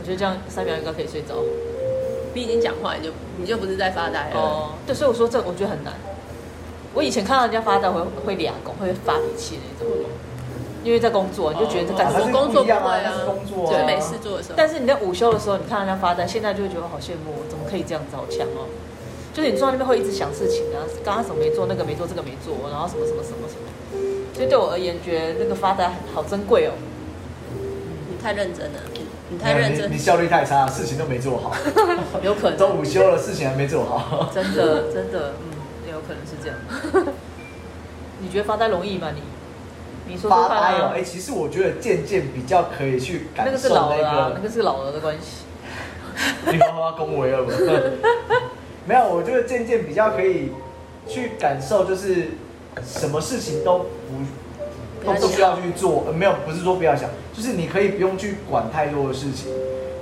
Speaker 2: 我觉得这样三秒应该可以睡着。
Speaker 3: 你已经讲话，你就你就不是在发呆了。
Speaker 2: 哦，对，所以我说这我觉得很难。我以前看到人家发呆会会俩拱，会发脾气那种，因为在工作，你就觉得
Speaker 3: 哦
Speaker 2: 干什
Speaker 1: 还
Speaker 2: 么
Speaker 1: 是
Speaker 3: 工作
Speaker 1: 不一样啊，
Speaker 3: 不会啊
Speaker 1: 那是工作
Speaker 3: 就
Speaker 1: 啊，
Speaker 3: 是没事做的时候。
Speaker 2: 但是你在午休的时候，你看到人家发呆，现在就会觉得好羡慕，怎么可以这样子，好强哦！就是你坐在那边会一直想事情啊，刚刚什么没做，那个没做，这个没做，然后什么什么什么什么。所以对我而言，觉得那个发呆好珍贵哦。
Speaker 3: 你太认真了，你你 太认真
Speaker 1: 你，你效率太差，事情都没做好，
Speaker 2: 有可能
Speaker 1: 都午休了，事情还没做好。
Speaker 2: 真的真的，嗯，有可能是这样。 你觉得发呆容易吗？你你说
Speaker 1: 发
Speaker 2: 说看
Speaker 1: 呆哦
Speaker 2: 啊，
Speaker 1: 哎、其实我觉得渐渐比较可以去感
Speaker 2: 那个是
Speaker 1: 受
Speaker 2: 老
Speaker 1: 那
Speaker 2: 了啊，那
Speaker 1: 个，
Speaker 2: 个是老了的关系。
Speaker 1: 你刚刚恭维了 我，没有，我觉得渐渐比较可以去感受，就是什么事情都不
Speaker 3: 不
Speaker 1: 都
Speaker 3: 要
Speaker 1: 不需
Speaker 3: 想
Speaker 1: 要去做、呃没有，不是说不要想，就是你可以不用去管太多的事情。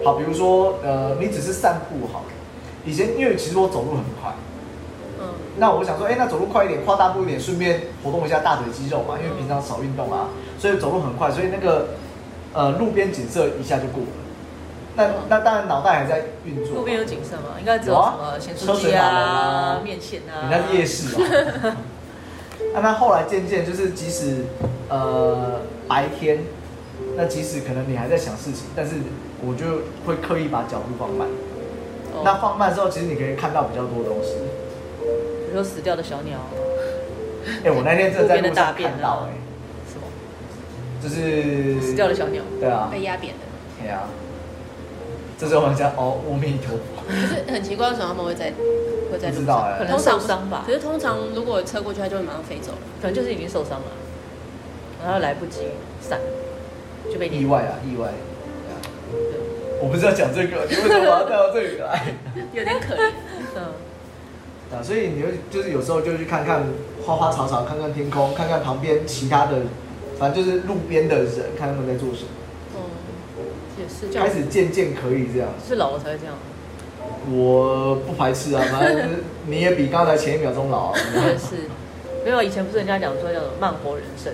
Speaker 1: 好，比如说呃，你只是散步好了，以前因为其实我走路很快，
Speaker 3: 嗯，
Speaker 1: 那我想说，哎、那走路快一点，跨大步一点，顺便活动一下大腿肌肉嘛，因为平常少运动啊，所以走路很快，所以那个呃路边景色一下就过了。那
Speaker 3: 嗯
Speaker 1: 那当然脑袋还在运作，
Speaker 2: 哦路边有景色吗？应该只有
Speaker 1: 有
Speaker 2: 什
Speaker 1: 啊
Speaker 2: 么咸
Speaker 1: 车
Speaker 2: 酥
Speaker 1: 水
Speaker 2: 鸡
Speaker 1: 马龙
Speaker 2: 啊
Speaker 1: 啊、
Speaker 2: 面线啊。
Speaker 1: 人家是夜市啊。 那他后来渐渐就是，即使呃白天，那即使可能你还在想事情，但是我就会刻意把角度放慢。
Speaker 2: 哦
Speaker 1: 那放慢之后，其实你可以看到比较多东 西。
Speaker 2: 比如说死掉的小鸟，
Speaker 1: 哎、我那天真的在路上看到、
Speaker 2: 路边的大便啊
Speaker 1: 哎，
Speaker 2: 什么
Speaker 1: 就是
Speaker 2: 死掉的小鸟，
Speaker 1: 对啊，
Speaker 3: 被压扁的。
Speaker 1: 对啊。这时候我想，哦，阿弥陀佛，
Speaker 3: 可是很奇怪，为什么他们会在会在
Speaker 1: 不
Speaker 3: 路
Speaker 1: 知道
Speaker 3: 上？
Speaker 1: 哎、
Speaker 2: 可能
Speaker 3: 通常
Speaker 2: 受伤吧
Speaker 3: 可是通常如果车过去，它就会马上飞 走了。
Speaker 2: 可能就是已经受伤了，啊然后来不及闪，就被
Speaker 1: 意
Speaker 2: 碾。
Speaker 1: 外啊，意外。
Speaker 2: 对
Speaker 1: 我不是要讲这 个，你为什么要带到这里来？
Speaker 3: 有点可怜。
Speaker 2: 嗯，
Speaker 1: 啊，所以你就就是有时候就去看看花花草草，看看天空，看看旁边其他的，反正就是路边的人，看他们在做什么，
Speaker 3: 嗯，
Speaker 2: 也是这样
Speaker 1: 开，始渐渐可以这样。
Speaker 2: 是老了才会这样。
Speaker 1: 我不排斥啊，反正就是你也比刚才前一秒钟 老、啊。
Speaker 2: 我也是，没有以前不是人家讲说叫什么慢活人生，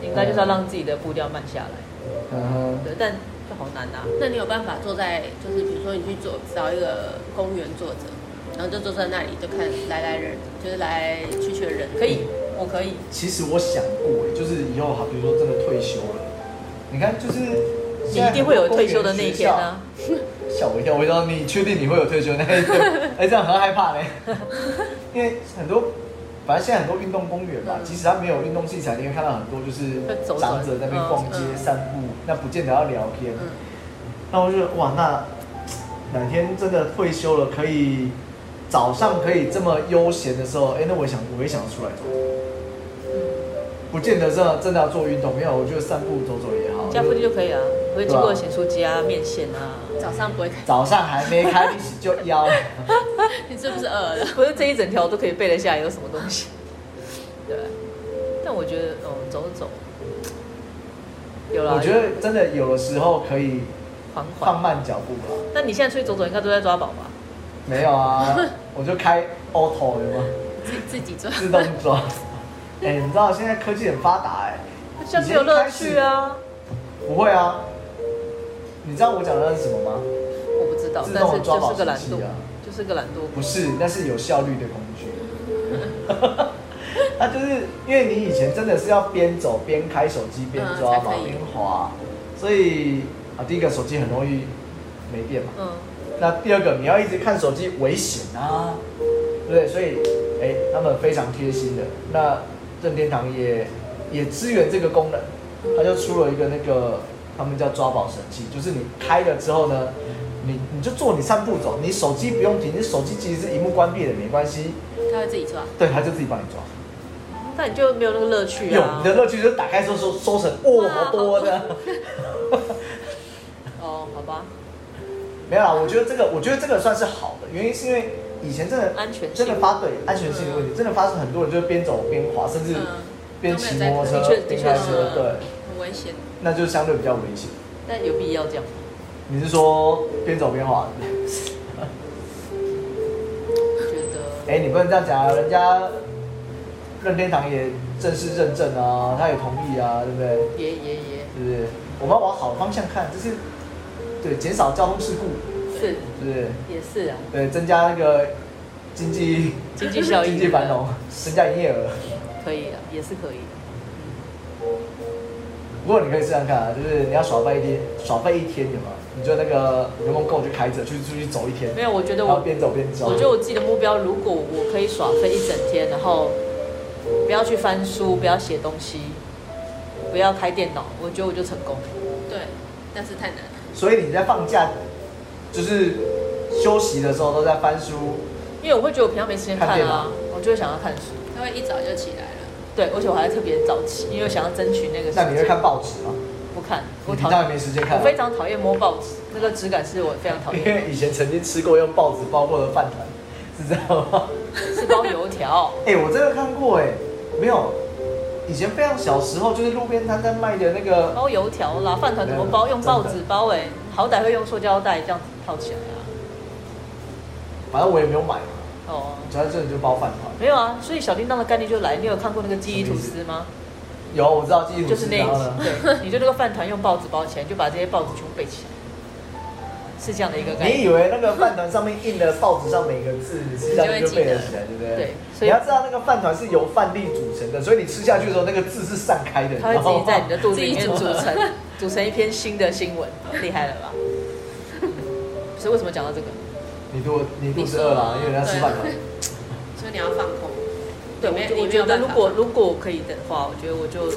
Speaker 2: 应该就是要让自己的步调慢下来。
Speaker 1: 嗯哼，
Speaker 2: 对，但就好难啊。
Speaker 3: 那你有办法坐在，就是比如说你去坐找一个公园坐着，然后就坐在那里，就看来来人，就是来来去去的人。
Speaker 2: 可以，我可以。
Speaker 1: 其实我想过、就是以后好，比如说真的退休了，你看就是
Speaker 2: 你一定会有退休的那一天啊！
Speaker 1: 吓我一跳，我就说你确定你会有退休那一天？哎、这样很害怕呢，因为很多，反正现在很多运动公园嘛，
Speaker 3: 嗯
Speaker 1: 即使它没有运动器材，你会看到很多就是
Speaker 2: 会走走
Speaker 1: 长者在那边逛街、
Speaker 3: 嗯嗯
Speaker 1: 散步，那不见得要聊天。
Speaker 3: 嗯，
Speaker 1: 那我就觉得哇，那哪天真的退休了，可以早上可以这么悠闲的时候，哎、那我也想我也想出来走走，不见得真的真的要做运动，没有，我觉得散步走走也好。
Speaker 2: 家附近就可以啊，不会经过
Speaker 1: 对啊
Speaker 2: 咸酥鸡啊、面线啊。
Speaker 3: 早上不会看，
Speaker 1: 早上还没开，你就腰。
Speaker 3: 你是不是饿了？
Speaker 2: 不是这一整条都可以背得下来有什么东西。对，但我觉得，嗯哦，走走，有啦，
Speaker 1: 我觉得真的有的时候可以
Speaker 2: 缓
Speaker 1: 放
Speaker 2: 缓。
Speaker 1: 慢脚步吧。
Speaker 2: 那你现在出去走走，应该都在抓宝吧？
Speaker 1: 没有 啊，我就开 auto 有吗？
Speaker 3: 自自己做。
Speaker 1: 自动 抓。哎、你知道现在科技很发达哎、
Speaker 2: 这样子有乐趣啊！
Speaker 1: 不会啊。你知道我讲的是什么吗？
Speaker 2: 我不知道
Speaker 1: 自，
Speaker 2: 但
Speaker 1: 动
Speaker 2: 是
Speaker 1: 的抓
Speaker 2: 就
Speaker 1: 宝
Speaker 2: 是个懒
Speaker 1: 神器
Speaker 2: 惰
Speaker 1: 啊，
Speaker 2: 就是个懒惰。
Speaker 1: 不是，那是有效率的工具。 那就是因为你以前真的是要边走边开手机边抓嘛
Speaker 3: 嗯才可以
Speaker 1: 边滑，所以啊，第一个手机很容易没电嘛。
Speaker 2: 嗯，
Speaker 1: 那第二个你要一直看手机危险啊，对不对？所以哎、他们非常贴心的，那任天堂也也支援这个功能，他就出了一个那个他们叫抓宝神器，就是你开了之后呢，你你就做你散步走，你手机不用停，你手机即使是荧幕关闭了没关系，
Speaker 3: 他会自己啊抓。
Speaker 1: 对，他就自己帮你抓。
Speaker 2: 那你就没有那个乐趣
Speaker 1: 有
Speaker 2: 啊
Speaker 1: 你。的乐趣就是打开之后收收成，哇，
Speaker 3: 哇
Speaker 1: 好多的。
Speaker 2: 哦，好吧，
Speaker 1: 没有啦，我觉得这个，我觉得这个算是好的，原因是因为以前真的
Speaker 2: 安全性
Speaker 1: 真的发对安全性的问题，真的发生很多人就是边走边滑，甚至
Speaker 3: 嗯，
Speaker 1: 边骑摩托车
Speaker 2: 的确、的
Speaker 1: 边
Speaker 2: 确
Speaker 1: 开
Speaker 2: 是
Speaker 1: 车，对，
Speaker 3: 很危险。
Speaker 1: 那就相对比较危险。
Speaker 2: 但有必要这样吗？
Speaker 1: 你是说边走边滑？
Speaker 2: 我觉得
Speaker 1: 哎、你不能这样讲啊，人家任天堂也正式认证啊，他也同意啊，对不对？
Speaker 2: 也也也
Speaker 1: 是不是？我们要往好的方向看，就是对减少交通事故，
Speaker 2: 是
Speaker 1: 是不是？
Speaker 2: 也是啊，
Speaker 1: 对，增加那个经济
Speaker 2: 经济效益
Speaker 1: 经济繁 荣，增加营业额。
Speaker 2: 可以啊，也是可以的。
Speaker 1: 不过你可以试试看啊，就是你要耍废一天，耍废一天有吗？你就那个联盟购就开着，去出去走一天，
Speaker 2: 没有，我觉得
Speaker 1: 然后
Speaker 2: 我
Speaker 1: 边走边抓。
Speaker 2: 我觉得我自己的目标，如果我可以耍飞一整天，然后不要去翻书，不要写东西，不要开电脑，我觉得我就成功。
Speaker 3: 对，但是太难了。
Speaker 1: 所以你在放假，就是休息的时候都在翻书，
Speaker 2: 因为我会觉得我平常没时间看
Speaker 1: 看电
Speaker 2: 啊
Speaker 1: 脑，
Speaker 2: 我就会想要看书。
Speaker 3: 他会一早就起来了。
Speaker 2: 对，而且我还特别早起，因为我想要争取那个时间。
Speaker 1: 那你会看报纸吗？
Speaker 2: 不看，
Speaker 1: 你
Speaker 2: 我
Speaker 1: 平
Speaker 2: 讨
Speaker 1: 常也没时间看
Speaker 2: 我
Speaker 1: 啊。
Speaker 2: 非常讨厌摸报纸，那个质感是我非常讨
Speaker 1: 因
Speaker 2: 厌。
Speaker 1: 为以前曾经吃过用报纸包过的饭团，是这样吗？
Speaker 2: 是包油条，
Speaker 1: 哎、我真的看过哎、没有，以前非常小时候就是路边摊在卖的那个
Speaker 2: 包油条啦，饭团怎么包？用报纸包哎、好歹会用塑胶袋这样子套起来啊。
Speaker 1: 反正我也没有买嘛，
Speaker 2: 哦，
Speaker 1: 主要这里就包饭团。
Speaker 2: 没有啊，所以小叮当的概念就来，你有看过那个记忆吐司吗？
Speaker 1: 有，我知道记忆
Speaker 2: 就
Speaker 1: 吐
Speaker 2: 是
Speaker 1: 司，
Speaker 2: 那一
Speaker 1: 然后
Speaker 2: 集
Speaker 1: 呢，
Speaker 2: 对，你就那个饭团用报纸包起来，你就把这些报纸全部背起来，是这样的一个概
Speaker 1: 你
Speaker 2: 念。
Speaker 1: 以为那个饭团上面印了报纸上每个字，你吃下去就背得起来，对不对？
Speaker 2: 对所
Speaker 1: 你
Speaker 2: 以
Speaker 1: 要知道那个饭团是由饭粒组成的，所以你吃下去的时候，那个字是散开的。
Speaker 2: 它会自己在你的肚子
Speaker 3: 自
Speaker 2: 里
Speaker 3: 己
Speaker 2: 面
Speaker 3: 组
Speaker 2: 组成，组成一篇新的新闻，厉害了吧？所以为什么讲到这个？
Speaker 1: 你肚你肚子饿了，因为你要吃饭团。
Speaker 3: 所以你要放空，
Speaker 2: 对，
Speaker 3: 你没
Speaker 2: 我
Speaker 3: 你
Speaker 2: 我
Speaker 3: 没
Speaker 2: 觉
Speaker 3: 有
Speaker 2: 得
Speaker 3: 办
Speaker 2: 如
Speaker 3: 法
Speaker 2: 果如果可以的话，我觉得我就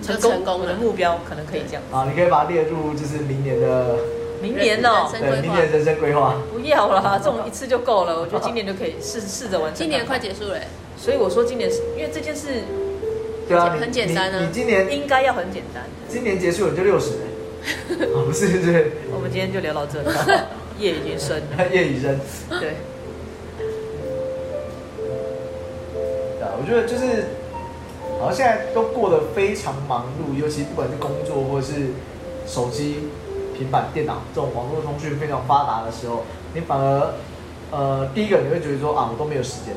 Speaker 3: 你就
Speaker 2: 成功
Speaker 3: 成功
Speaker 2: 我的
Speaker 3: 了
Speaker 2: 目标可能可以这样。
Speaker 1: 啊，你可以把它列入就是明年的
Speaker 2: 明年哦、
Speaker 3: 人生规
Speaker 1: 对
Speaker 3: 划
Speaker 1: 明年人生规划。
Speaker 2: 不要啦，这种一次就够了。我觉得今年就可以试试着完成。
Speaker 3: 今年快，结束了欸，
Speaker 2: 所以我说今年是因为这件事
Speaker 1: 对啊，你
Speaker 3: 很简单啊
Speaker 1: 你你今年
Speaker 2: 应该要很简单。
Speaker 1: 今年结束你就六 十，啊不是不是，
Speaker 2: 我们今天就聊到这里，夜已经深了。
Speaker 1: 叶以生。
Speaker 2: 对，
Speaker 1: 对啊，我觉得就是，好像现在都过得非常忙碌，尤其不管是工作或者是手机、平板、电脑这种网络通讯非常发达的时候，你反而，呃，第一个你会觉得说啊，我都没有时间。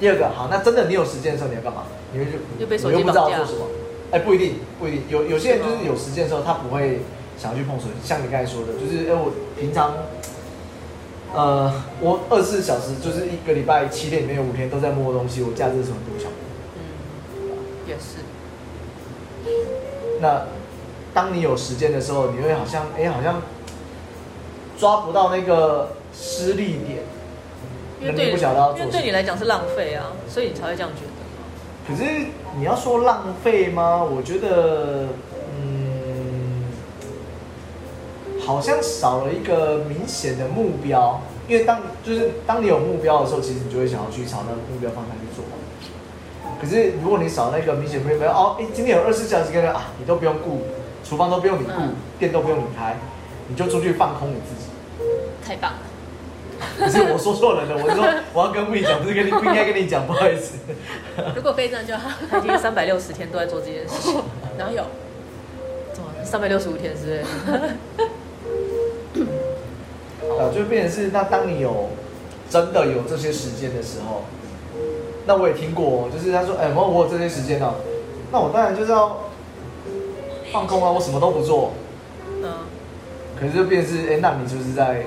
Speaker 1: 第二个，好，那真的你有时间的时候你要干嘛？你会就
Speaker 2: 又被手
Speaker 1: 你
Speaker 2: 机
Speaker 1: 又不知道
Speaker 2: 绑架
Speaker 1: 做什么。哎、不一定，不一定。有有些人
Speaker 2: 是
Speaker 1: 就
Speaker 2: 吗
Speaker 1: 是有时间的时候，他不会想要去碰手机，像你刚才说的，就是哎、我平常呃，我二十四小时就是一个礼拜七天里面有五天都在摸东西，我假日的时候都不想摸。
Speaker 2: 嗯，也是。
Speaker 1: 那当你有时间的时候，你会好像哎、好像抓不到那个失力点，
Speaker 2: 因为
Speaker 1: 那你
Speaker 2: 对
Speaker 1: 不
Speaker 2: 你，
Speaker 1: 晓得要
Speaker 2: 因
Speaker 1: 做
Speaker 2: 为
Speaker 1: 什
Speaker 2: 对
Speaker 1: 么。
Speaker 2: 你来讲是浪费啊，所以你才会这样觉得。
Speaker 1: 可是你要说浪费吗？我觉得，嗯，好像少了一个明显的目标。因为当就是当你有目标的时候，其实你就会想要去朝那个目标方向去做嘛。可是如果你少那个明显目标，哦，哎，今天有二十小时跟人啊，你都不用顾，厨房都不用你顾
Speaker 3: 嗯，
Speaker 1: 店都不用你开，你就出去放空你自己。
Speaker 3: 太棒了。
Speaker 1: 可是我说错人了，我是说我要跟 w 讲，不是跟你不应该跟你讲，不好意思。
Speaker 3: 如果可以这样就好。
Speaker 2: 他已经三百六十天都在做这件事情，
Speaker 3: 然后有
Speaker 2: 怎么三百六十五天之类的。
Speaker 1: 呃，就变成是那当你有真的有这些时间的时候，那我也听过，就是他说，哎、我我有这些时间哦、那我当然就是要放空啊，我什么都不做，
Speaker 2: 嗯，
Speaker 1: 可是就变成是，哎、那你就是在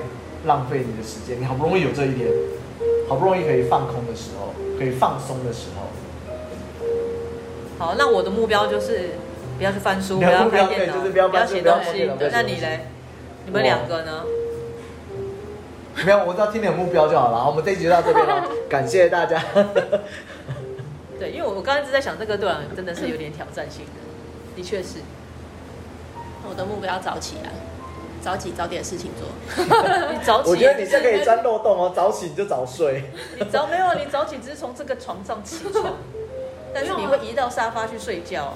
Speaker 1: 浪费你的时间，你好不容易有这一天，好不容易可以放空的时候，可以放松的时候，
Speaker 2: 好，那我的目标就是不要去翻书，
Speaker 1: 你的
Speaker 2: 要
Speaker 1: 目标
Speaker 2: 看电脑，
Speaker 1: 对就是不要翻书
Speaker 2: 写
Speaker 1: 不要
Speaker 2: 东
Speaker 1: 碰
Speaker 2: 西
Speaker 1: 电脑。不要写
Speaker 2: 对那
Speaker 1: 东
Speaker 2: 你
Speaker 1: 西
Speaker 2: 嘞？你们两个呢？
Speaker 1: 没有，我只要听你的目标就好了。好我们这一集就到这边了，感谢大家。
Speaker 2: 对，因为我刚刚一直在想，这个对我来讲真的是有点挑战性的，的 确是。
Speaker 3: 我的目标早起来，早起找点事情做。
Speaker 2: 你早起，
Speaker 1: 我觉得你现在可以钻漏洞哦，早起你就早睡。
Speaker 2: 你早没有，你早起只是从这个床上起 床，但是你
Speaker 1: 啊
Speaker 2: 会移到沙发去睡觉啊，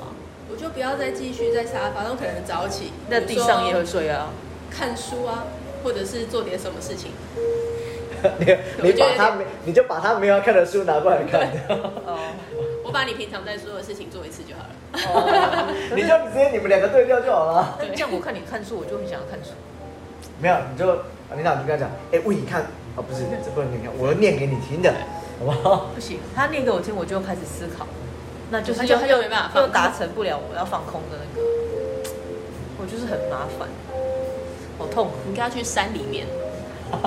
Speaker 3: 我就不要再继续在沙发，那我可能早起，
Speaker 2: 那地上也会睡啊。
Speaker 3: 看书啊，或者是做点什么事情。
Speaker 1: 你 你
Speaker 3: 我觉
Speaker 1: 把
Speaker 3: 得
Speaker 1: 他
Speaker 3: 有
Speaker 1: 没，你就把他没有要看的书拿过来看，
Speaker 2: 哦，
Speaker 3: 我把你平常在做的事情做一次就好了。
Speaker 2: 哦
Speaker 1: 你就直接你们两个对调就好了。
Speaker 2: 那这样我看你看书，我就很想要看书。
Speaker 1: 没有，你就你俩就跟他讲，哎、喂，你看，啊，不是，这不能给你看，我念给你听的，好不好？
Speaker 2: 不行，他念给我听，我就开始思考，那就是
Speaker 3: 他就
Speaker 2: 又
Speaker 3: 他就没办法放空
Speaker 2: 又达成不了我要放空的那个，我就是很麻烦，好痛啊苦。
Speaker 3: 你应该要去山里面，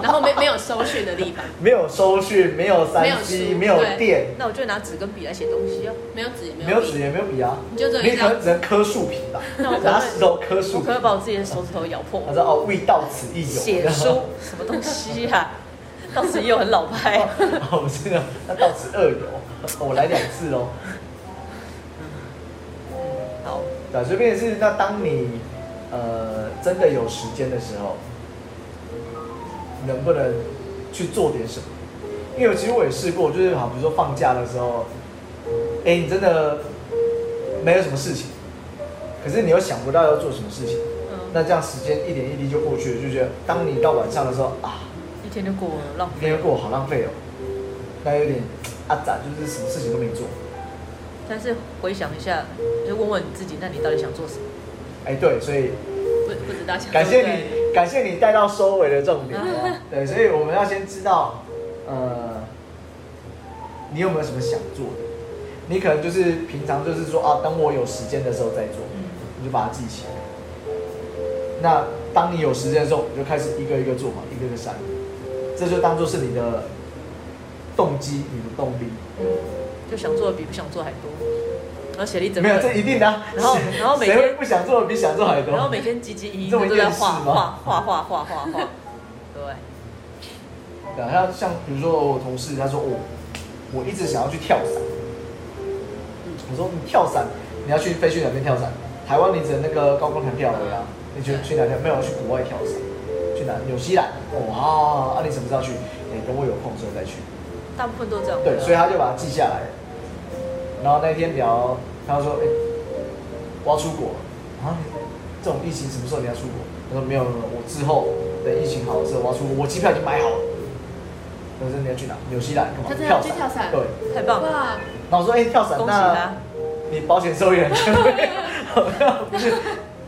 Speaker 3: 然后没没有搜讯的地方，
Speaker 1: 没有收讯，没有三
Speaker 3: 没有
Speaker 1: C，
Speaker 3: 书
Speaker 1: 没有
Speaker 3: 对
Speaker 1: 电，
Speaker 2: 那我就拿纸跟笔来写东西啊，
Speaker 3: 没有纸，
Speaker 1: 没有
Speaker 3: 笔
Speaker 1: 纸也没有笔啊，
Speaker 3: 你就只有一
Speaker 1: 你可
Speaker 3: 张
Speaker 1: 能只能磕树皮吧
Speaker 2: 那我，可能
Speaker 1: 拿石头磕
Speaker 2: 我
Speaker 1: 树
Speaker 2: 可
Speaker 1: 皮
Speaker 2: 能。会把我自己的手指头咬破。
Speaker 1: 他说哦，未到此一游。
Speaker 2: 写书什么东西啊？到时又很老派。
Speaker 1: 哦，我知道，那到此二游，哦我来两次哦。
Speaker 2: 好，
Speaker 1: 对，所以变成是那当你呃真的有时间的时候，能不能去做点什么？因为其实我也试过，就是好，比如说放假的时候，哎、你真的没有什么事情，可是你又想不到要做什么事情，
Speaker 2: 嗯，
Speaker 1: 那这样时间一点一滴就过去了，就觉得当你到晚上的时候啊，
Speaker 2: 一天就过了，浪
Speaker 1: 一
Speaker 2: 费
Speaker 1: 天。又过好浪费哦，那有点啊咋，就是什么事情都没做。
Speaker 2: 但是回想一下，就问问你自己，那你到底想做什么？
Speaker 1: 哎、对，所以
Speaker 3: 不不知道想
Speaker 1: 感谢
Speaker 3: 对不对
Speaker 1: 你，感谢你带到收尾的 重点哦。对，所以我们要先知道，呃，你有没有什么想做的？你可能就是平常就是说啊，等我有时间的时候再做，
Speaker 3: 嗯
Speaker 1: 你就把它记起来。那当你有时间的时候，你就开始一个一个做嘛，一个一个删，这就当做是你的动机，你的动力。
Speaker 2: 就想做的比不想做还多，然后写了一整
Speaker 1: 没有，
Speaker 2: 本
Speaker 1: 这，一定的啊、
Speaker 2: 然后然后每
Speaker 1: 谁
Speaker 2: 天
Speaker 1: 会不想做的比想做还多？
Speaker 2: 然后每天汲汲营营
Speaker 1: 这
Speaker 2: 的
Speaker 1: 么
Speaker 2: 都在
Speaker 1: 厌世
Speaker 2: 画
Speaker 1: 吗
Speaker 2: 画画画画画画，对，
Speaker 1: 对啊，他像比如说我同事，他说我、我一直想要去跳伞，我说你跳伞，你要去飞去哪边跳伞？台湾你只能那个高空弹跳而已啊，你去去哪跳？没有去国外跳伞，去哪？纽西兰？哦好好好，啊你什么时候去？哎、等我有空的时候再去。
Speaker 2: 大部分都这样。
Speaker 1: 对，啊所以他就把它记下来。然后那天聊，他说：“哎、我要出国了啊！这种疫情什么时候你要出国？”我说：“没有，没有，我之后等疫情好的时候我要出国，我机票已经买好了。”我说：“你要去哪？纽西兰干嘛？
Speaker 3: 他真的要去跳伞
Speaker 1: 对。
Speaker 2: 太棒了，
Speaker 3: 哇，
Speaker 1: 然后我说：“哎、跳伞
Speaker 2: 恭喜
Speaker 1: 那
Speaker 2: 他。
Speaker 1: 你保险受益人全部没有不是。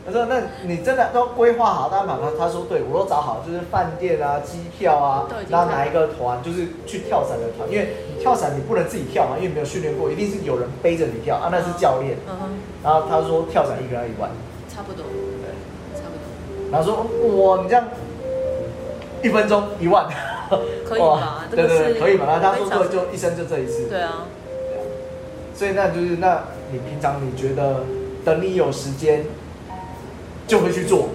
Speaker 1: 他说：“那你真的都规划好，安排他他说：“对，我都找好，就是饭店啊、机票啊
Speaker 3: 都已，经
Speaker 1: 然后
Speaker 3: 看好
Speaker 1: 哪一个团，就是去跳伞的团，因为你跳伞你不能自己跳嘛，因为没有训练过，一定是有人背着你跳啊，那是教练。
Speaker 2: 嗯哼，
Speaker 1: 然后他说跳伞一个人要一万，
Speaker 3: 差不多，
Speaker 1: 对，
Speaker 3: 差不多。
Speaker 1: 然后说哇，你这样一分钟一万，
Speaker 2: 可以 吧
Speaker 1: 哇
Speaker 2: 这个
Speaker 1: 对对对，
Speaker 2: 是
Speaker 1: 可以吧？然后他说
Speaker 2: 非
Speaker 1: 对，
Speaker 2: 常
Speaker 1: 就一生就这一次，
Speaker 2: 对啊，
Speaker 1: 所以那就是那你平常你觉得等你有时间就会去做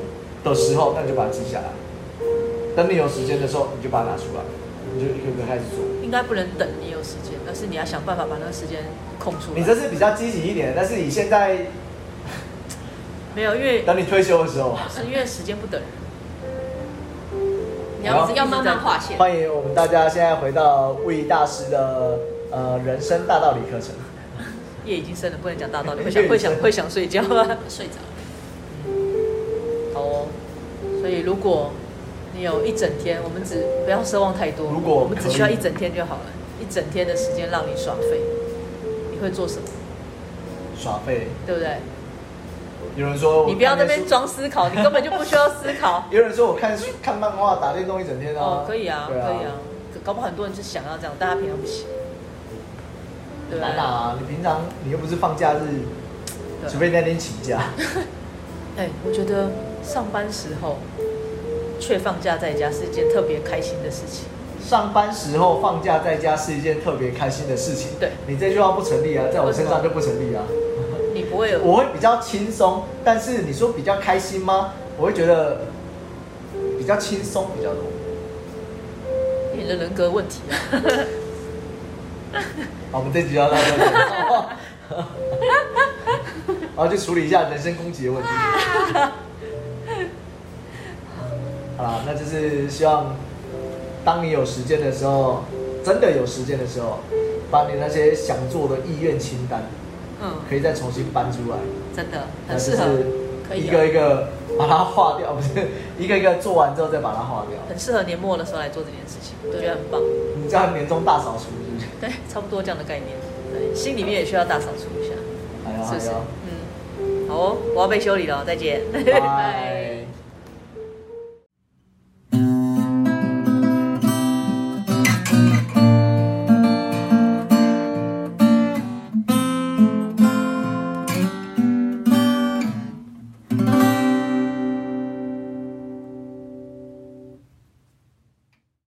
Speaker 1: 的时候，那你就把它记下来。等你有时间的时候，你就把它拿出来，你就一个一个开始做。
Speaker 2: 应该不能等你有时间，而是你要想办法把那个时间空出来。
Speaker 1: 你这是比较积极一点，但是你现在
Speaker 2: 没有，因为
Speaker 1: 等你退休的时候，
Speaker 2: 是因为时间不等人。
Speaker 3: 你要
Speaker 1: 好
Speaker 3: 要慢慢划线。
Speaker 1: 欢迎我们大家现在回到魏大师的呃人生大道理课程。
Speaker 2: 夜已经深了，不能讲大道理，会
Speaker 1: 夜
Speaker 2: 想
Speaker 1: 已
Speaker 2: 会
Speaker 1: 深
Speaker 2: 想
Speaker 1: 了
Speaker 2: 会想睡觉啊。
Speaker 3: 睡着了，
Speaker 2: 好哦，所以如果你有一整天，我们只不要奢望太多，
Speaker 1: 如果
Speaker 2: 我们只需要
Speaker 1: 可以
Speaker 2: 一整天就好了，一整天的时间让你耍废，你会做什么？
Speaker 1: 耍废，
Speaker 2: 对不对？
Speaker 1: 有人说
Speaker 2: 你不要
Speaker 1: 在。
Speaker 2: 在那边，装思考，你根本就不需要思考
Speaker 1: 有人说我看书看漫画打电动一整天啊，
Speaker 2: 哦，可以啊，可
Speaker 1: 对
Speaker 2: 以啊，可搞不好很多人就想要这样，但他平常不行，对
Speaker 1: 难打
Speaker 2: 吧？
Speaker 1: 啊！你平常你又不是放假日，
Speaker 2: 对啊
Speaker 1: 除非那天请假，
Speaker 2: 哎、我觉得上班时候却放假在家是一件特别开心的事情。
Speaker 1: 上班时候放假在家是一件特别开心的事情。
Speaker 2: 对
Speaker 1: 你这句话不成立啊，在我身上
Speaker 2: 为什么
Speaker 1: 就不成立啊。
Speaker 2: 你不会有
Speaker 1: 我会比较轻松，但是你说比较开心吗？我会觉得比较轻松比较多。
Speaker 2: 你的人格问题啊。
Speaker 1: 好，我们这集就要到这里， 然后去处理一下人身攻击的问题。好啦，那就是希望当你有时间的时候，真的有时间的时候，把你那些想做的意愿清单，
Speaker 2: 嗯，
Speaker 1: 可以再重新搬出来，
Speaker 2: 真的
Speaker 1: 那
Speaker 2: 很
Speaker 1: 就
Speaker 2: 适合，
Speaker 1: 是
Speaker 3: 可以
Speaker 1: 一
Speaker 3: 的
Speaker 1: 个一个把它划掉，不是一个一个做完之后再把它划掉。
Speaker 2: 很适合年末的时候来做这件事情，我
Speaker 3: 对
Speaker 2: 觉得很棒。
Speaker 1: 你这样年终大扫除是不是？
Speaker 2: 对，差不多这样的概念。对，心里面也需要大扫除一下，
Speaker 1: 还有
Speaker 2: 是不
Speaker 1: 还
Speaker 2: 是
Speaker 1: 有，？
Speaker 2: 嗯，好哦，我要被修理了，再见。
Speaker 1: 拜
Speaker 3: 拜